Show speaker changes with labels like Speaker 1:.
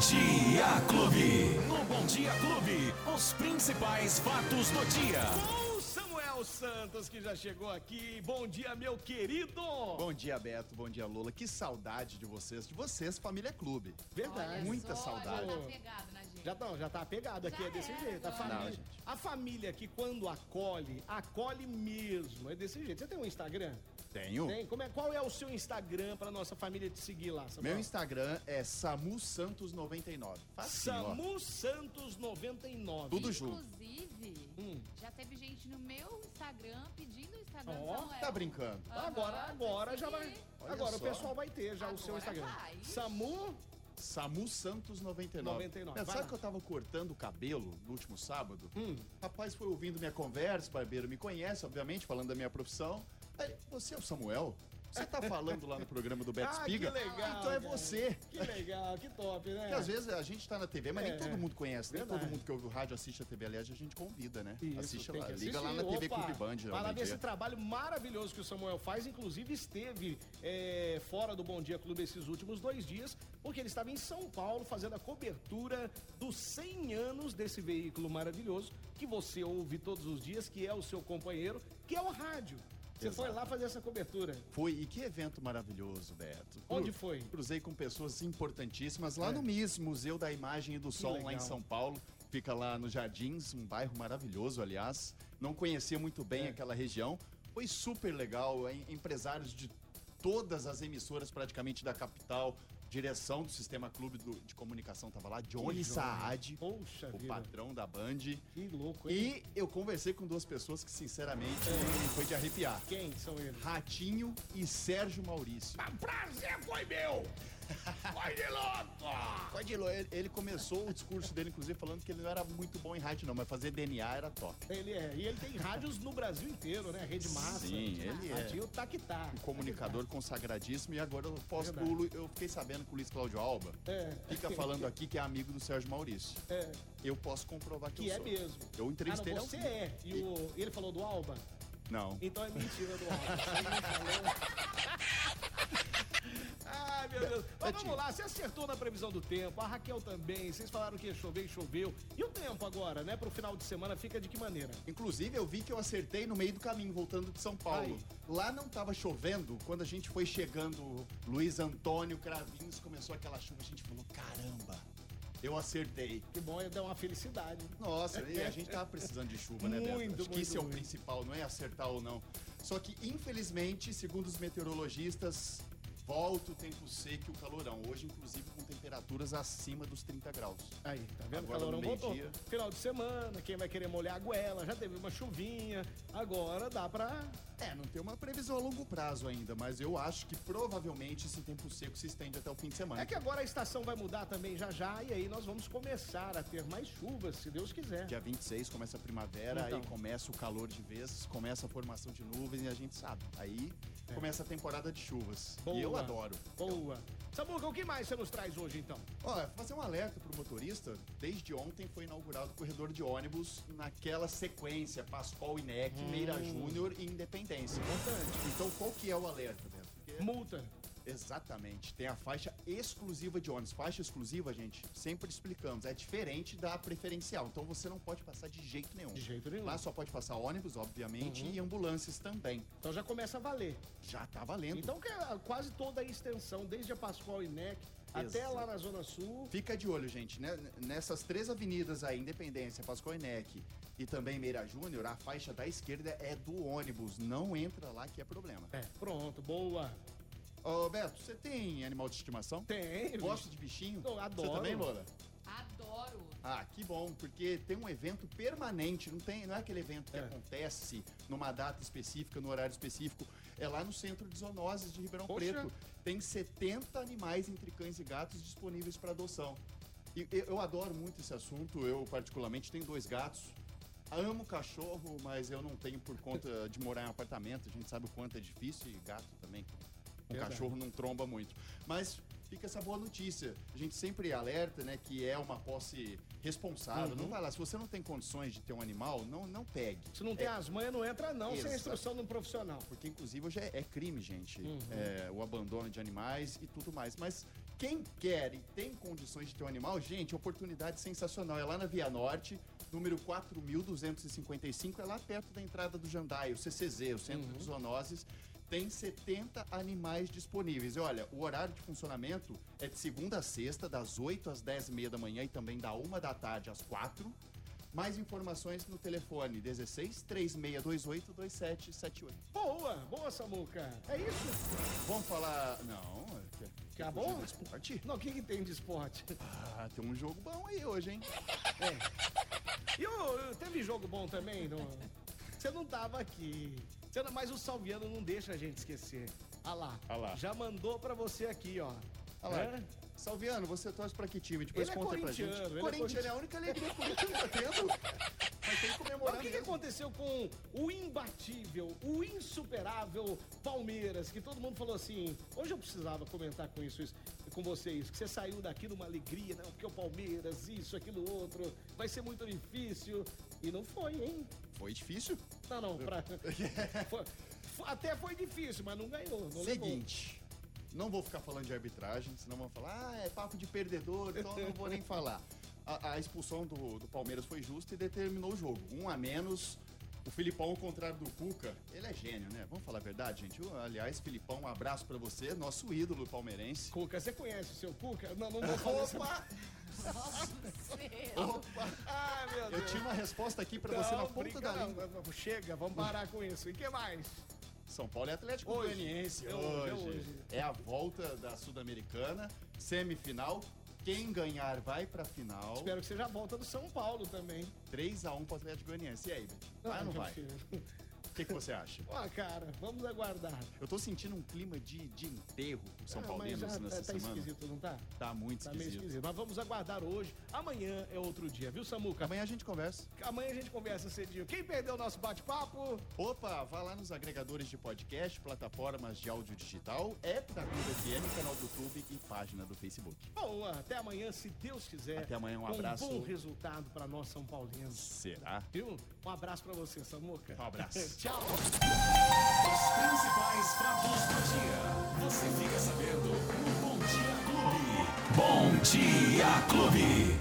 Speaker 1: Dia Clube. No Bom Dia Clube, os principais fatos do dia.
Speaker 2: Com o Samuel Santos, que já chegou aqui. Bom dia, meu querido!
Speaker 3: Bom dia, Beto. Bom dia, Lula. Que saudade de vocês, de vocês, família Clube.
Speaker 2: Verdade.
Speaker 4: Olha
Speaker 3: Muita
Speaker 4: só,
Speaker 3: saudade.
Speaker 4: Já tá pegado na gente.
Speaker 2: Já, tá, já tá apegado aqui,
Speaker 4: Já
Speaker 2: é desse
Speaker 4: era,
Speaker 2: jeito. A
Speaker 4: agora.
Speaker 2: família,
Speaker 3: Não, gente.
Speaker 2: a família que quando acolhe, acolhe mesmo. É desse jeito. Você tem um Instagram?
Speaker 3: Tenho.
Speaker 2: Tem? Como é, qual é o seu Instagram pra nossa família te seguir lá, Samuel?
Speaker 3: Meu Instagram é SamuSantos99. Facinho, ó.
Speaker 2: Samu Santos 99.
Speaker 3: Tudo junto.
Speaker 4: Inclusive,
Speaker 2: Hum.
Speaker 4: já teve gente no meu Instagram pedindo o Instagram do
Speaker 2: Ó,
Speaker 4: Samuel.
Speaker 3: Tá brincando.
Speaker 4: Aham,
Speaker 2: Agora, agora
Speaker 4: tem
Speaker 2: já
Speaker 4: que-
Speaker 2: vai.
Speaker 3: Olha
Speaker 2: agora o
Speaker 3: só.
Speaker 2: pessoal vai ter já o seu
Speaker 4: Agora
Speaker 2: Instagram.
Speaker 4: vai.
Speaker 2: Samu
Speaker 3: SamuSantos99.
Speaker 2: 99,
Speaker 3: Mas
Speaker 2: vai
Speaker 3: É, Sabe
Speaker 2: lá. Hum.
Speaker 3: que eu tava cortando o cabelo no último sábado? Rapaz foi ouvindo minha conversa, barbeiro me conhece, obviamente, falando da minha profissão. Aí, você é o Samuel? Você tá falando lá no programa do Beto
Speaker 2: Ah, que
Speaker 3: Espiga?
Speaker 2: legal,
Speaker 3: Então é
Speaker 2: cara.
Speaker 3: você.
Speaker 2: Que legal, que top, né?
Speaker 3: Porque às vezes a gente tá na TV, mas
Speaker 2: É,
Speaker 3: nem todo mundo conhece, nem
Speaker 2: verdade.
Speaker 3: todo mundo que ouve o rádio assiste a TV. Aliás, a gente convida, né?
Speaker 2: Isso,
Speaker 3: assiste
Speaker 2: tem
Speaker 3: lá,
Speaker 2: que
Speaker 3: liga lá na
Speaker 2: assistir.
Speaker 3: TV
Speaker 2: Opa,
Speaker 3: Clube Band. né, lá
Speaker 2: Vai
Speaker 3: ao
Speaker 2: lá ver tá-
Speaker 3: meio-dia.
Speaker 2: esse trabalho maravilhoso que o Samuel faz. Inclusive, esteve é, fora do Bom Dia Clube esses últimos dois dias, porque ele estava em São Paulo fazendo a cobertura dos 100 anos desse veículo maravilhoso que você ouve todos os dias, que é o seu companheiro, que é o rádio. Você
Speaker 3: Exato.
Speaker 2: foi lá fazer essa cobertura.
Speaker 3: Foi, e que evento maravilhoso, Beto.
Speaker 2: Onde foi?
Speaker 3: Cruzei com pessoas importantíssmas lá
Speaker 2: É.
Speaker 3: no MIS, Museu da Imagem e do Som, lá em
Speaker 2: legal.
Speaker 3: São Paulo. Fica lá nos Jardins, um bairro maravilhoso, aliás. Não conhecia muito bem
Speaker 2: É.
Speaker 3: aquela região. Foi super legal, em- empresários de todas as emissoras praticamente da capital, direção do Sistema Clube do- de Comunicação estava lá, Johnny
Speaker 2: joia.
Speaker 3: Saad,
Speaker 2: Poxa
Speaker 3: o
Speaker 2: vida.
Speaker 3: patrão da Band.
Speaker 2: Que louco, hein?
Speaker 3: E eu conversei com duas pessoas que, sinceramente,
Speaker 2: É.
Speaker 3: foi de arrepiar.
Speaker 2: Quem são eles?
Speaker 3: Ratinho e Sérgio Maurício.
Speaker 1: Prazer foi meu. Foi de louco.
Speaker 3: Coadilo, ele, ele começou o discurso dele, inclusive, falando que ele não era muito bom em rádio, não, mas fazer DNA era top.
Speaker 2: Ele é. E ele tem rádios no Brasil inteiro, né? Rede Massa.
Speaker 3: Sim, ele é.
Speaker 2: Radinho Taquitá.
Speaker 3: Um comunicador consagradíssimo e agora eu posso
Speaker 2: Verdade.
Speaker 3: pulo. Eu fiquei sabendo que o Luiz Cláudio Alba
Speaker 2: É.
Speaker 3: fica falando aqui que é amigo do Sérgio Maurício.
Speaker 2: É.
Speaker 3: Eu posso comprovar que,
Speaker 2: Que
Speaker 3: eu
Speaker 2: é
Speaker 3: sou.
Speaker 2: mesmo.
Speaker 3: Eu entrevistei
Speaker 2: ah, não,
Speaker 3: ele
Speaker 2: você
Speaker 3: ao vivo.
Speaker 2: é. E o, ele falou do Alba?
Speaker 3: Não.
Speaker 2: Então é mentira do Alba. Ai, Ah, meu
Speaker 3: É
Speaker 2: Deus. Mas vamos lá, você acertou na previsão do tempo, a Raquel também, vocês falaram que ia chover e choveu. E o tempo agora, né, pro final de semana fica de que maneira?
Speaker 3: Inclusive, eu vi que eu acertei no meio do caminho, voltando de São Paulo.
Speaker 2: Aí.
Speaker 3: Lá não tava chovendo, quando a gente foi chegando, Luiz Antônio Cravinhos começou aquela chuva, a gente falou: caramba, eu acertei.
Speaker 2: Que bom, é dar uma felicidade.
Speaker 3: Nossa, e a gente tava precisando de chuva, né, Beto?
Speaker 2: Muito,
Speaker 3: Acho que
Speaker 2: muito,
Speaker 3: isso é o
Speaker 2: muito.
Speaker 3: principal, não é acertar ou não. Só que, infelizmente, segundo os meteorologistas, volta o tempo seco e o calorão. Hoje, inclusive, com temperaturas acima dos 30 graus.
Speaker 2: Aí, tá vendo?
Speaker 3: Agora
Speaker 2: Calorão
Speaker 3: no
Speaker 2: voltou.
Speaker 3: meio-dia.
Speaker 2: Final de semana, quem vai querer molhar a goela, já teve uma chuvinha, agora dá pra
Speaker 3: É, não tem uma previsão a longo prazo ainda, mas eu acho que provavelmente esse tempo seco se estende até o fim de semana.
Speaker 2: É que agora a estação vai mudar também já já e aí nós vamos começar a ter mais chuvas, se Deus quiser.
Speaker 3: Dia 26 começa a primavera,
Speaker 2: Então.
Speaker 3: aí começa o calor de vez, começa a formação de nuvens e a gente sabe. Aí
Speaker 2: É.
Speaker 3: começa a temporada de chuvas.
Speaker 2: Boa.
Speaker 3: E eu adoro.
Speaker 2: Boa. Samuca, o que mais você nos traz hoje então?
Speaker 3: Olha, fazer um alerta pro motorista, desde ontem foi inaugurado o corredor de ônibus naquela sequência, Pascoal Inec, Meira
Speaker 2: Hum.
Speaker 3: Júnior e Independência.
Speaker 2: Importante.
Speaker 3: Então qual que é o alerta, Beto? Porque-
Speaker 2: Multa.
Speaker 3: Exatamente, tem a faixa exclusiva de ônibus. Faixa exclusiva, gente, sempre explicamos, é diferente da preferencial, então você não pode passar de jeito nenhum.
Speaker 2: De jeito nenhum. Uhum.
Speaker 3: Lá só pode passar ônibus, obviamente, e ambulâncias também.
Speaker 2: Então já começa a valer.
Speaker 3: Já tá valendo.
Speaker 2: Então que é quase toda a extensão, desde a Pascoal e Nec até
Speaker 3: Exato.
Speaker 2: lá na Zona Sul.
Speaker 3: Fica de olho, gente, né? Nessas três avenidas aí, Independência, Pascoal Enec e também Meira Júnior, a faixa da esquerda é do ônibus. Não entra lá que é problema.
Speaker 2: É, pronto, boa.
Speaker 3: Ô, Beto, você tem animal de estimação?
Speaker 2: Tem.
Speaker 3: Gosta de bichinho?
Speaker 2: Eu adoro.
Speaker 3: Você também, Lola?
Speaker 4: Adoro.
Speaker 3: Ah, que bom, porque tem um evento permanente, não, tem, não é aquele evento que
Speaker 2: É.
Speaker 3: acontece numa data específica, no horário específico. É lá no Centro de Zoonoses de Ribeirão
Speaker 2: Poxa.
Speaker 3: Preto. Tem 70 animais entre cães e gatos disponíveis para adoção. E eu, eu adoro muito esse assunto, eu particularmente tenho dois gatos. Amo cachorro, mas eu não tenho por conta de morar em apartamento. A gente sabe o quanto é difícil e gato também. Um
Speaker 2: Verdade.
Speaker 3: cachorro não tromba muito. Mas fica essa boa notícia. A gente sempre alerta, né, que é uma posse responsável. Não vai lá. Se você não tem condições de ter um animal, não, não pegue.
Speaker 2: Se não tem as manhas, não entra não, sem a
Speaker 3: Exato.
Speaker 2: instrução de um profissional.
Speaker 3: Porque, inclusive, hoje é, é crime, gente. É, o abandono de animais e tudo mais. Mas Quem quer e tem condições de ter um animal, gente, oportunidade sensacional. É lá na Via Norte, número 4255, é lá perto da entrada do Jandai, o CCZ, o Centro de Zoonoses. Tem 70 animais disponíveis. E olha, o horário de funcionamento é de segunda a sexta, das 8 às 10 e meia da manhã e também da 1 da tarde às 4. Mais informações no telefone 16 3628 2778.
Speaker 2: Boa, boa, Samuca. É isso?
Speaker 3: Vamos falar. Não, é que- que
Speaker 2: Tá bom?
Speaker 3: do Esporte?
Speaker 2: Não, o que, que tem de esporte?
Speaker 3: Ah, tem um jogo bom aí hoje, hein?
Speaker 2: E o- teve jogo bom também? não? Você não tava aqui. Você não- Mas o Salviano não deixa a gente esquecer. Ah lá.
Speaker 3: Ah lá.
Speaker 2: Já mandou pra você aqui, ó.
Speaker 3: Olha lá.
Speaker 2: É?
Speaker 3: Salviano, você torce pra que time? Depois
Speaker 2: Ele é
Speaker 3: conta pra gente.
Speaker 2: corintiano, ele é
Speaker 3: Corinthians é a única alegria que o Corinthians tá tendo. Mas tem que
Speaker 2: Mas
Speaker 3: comemorar
Speaker 2: o que, que
Speaker 3: mesmo.
Speaker 2: aconteceu com o imbatível, o insuperável Palmeiras? Que todo mundo falou assim. Hoje eu precisava comentar com isso, isso com vocês, que você saiu daqui numa alegria, não, porque o Palmeiras, isso, aquilo, outro, vai ser muito difícil. E não foi, hein?
Speaker 3: Foi difícil?
Speaker 2: Não, não, pra... foi- foi- até foi difícil, mas não ganhou. Não levou.
Speaker 3: Seguinte. Não vou ficar falando de arbitragem, senão vão falar, ah, é papo de perdedor, então não vou nem falar. A, a expulsão do, do Palmeiras foi justa e determinou o jogo. Um a menos. O Filipão, ao contrário do Cuca, ele é gênio, né? Vamos falar a verdade, gente. Eu, aliás, Filipão, um abraço pra você, nosso ídolo palmeirense.
Speaker 2: Cuca, você conhece o seu Cuca? Não, não vou falar. isso.
Speaker 3: Opa!
Speaker 2: Ai, meu
Speaker 3: Eu
Speaker 2: Deus.
Speaker 3: tinha uma resposta aqui pra você na
Speaker 2: Não,
Speaker 3: ponta
Speaker 2: brinca
Speaker 3: da língua.
Speaker 2: não, não, não, Chega, vamos parar com isso. E que mais?
Speaker 3: São Paulo é Atlético
Speaker 2: Hoje.
Speaker 3: Goianiense
Speaker 2: É hoje,
Speaker 3: hoje.
Speaker 2: é hoje.
Speaker 3: É a volta da Sul-Americana, semifinal. Quem ganhar vai pra final.
Speaker 2: Espero que seja a volta do São Paulo também.
Speaker 3: 3x1 pro Atlético Goianiense. E aí, Betinho? Vai ou Ah, não vai?
Speaker 2: mentira.
Speaker 3: O que, que você acha?
Speaker 2: Ó, cara, vamos aguardar.
Speaker 3: Eu tô sentindo um clima de, de enterro com São
Speaker 2: Ah,
Speaker 3: Paulinos
Speaker 2: mas já
Speaker 3: nessa
Speaker 2: tá, tá
Speaker 3: semana.
Speaker 2: esquisito, não tá?
Speaker 3: Tá muito
Speaker 2: Tá meio
Speaker 3: esquisito.
Speaker 2: esquisito. Mas vamos aguardar hoje. Amanhã é outro dia, viu, Samuca?
Speaker 3: Amanhã a gente conversa.
Speaker 2: Amanhã a gente conversa cedinho. Quem perdeu o nosso bate-papo?
Speaker 3: Opa, vá lá nos agregadores de podcast, plataformas de áudio digital, app da Clube FM, canal do YouTube e página do Facebook.
Speaker 2: Boa, até amanhã, se Deus quiser.
Speaker 3: Até amanhã, um
Speaker 2: Com
Speaker 3: abraço.
Speaker 2: bom resultado pra nós, São Paulinos.
Speaker 3: Será?
Speaker 2: Viu? Um abraço pra você, Samuca.
Speaker 3: Um abraço.
Speaker 2: Tchau.
Speaker 1: Os principais fatos do dia. Você fica sabendo no Bom Dia Clube. Bom Dia Clube.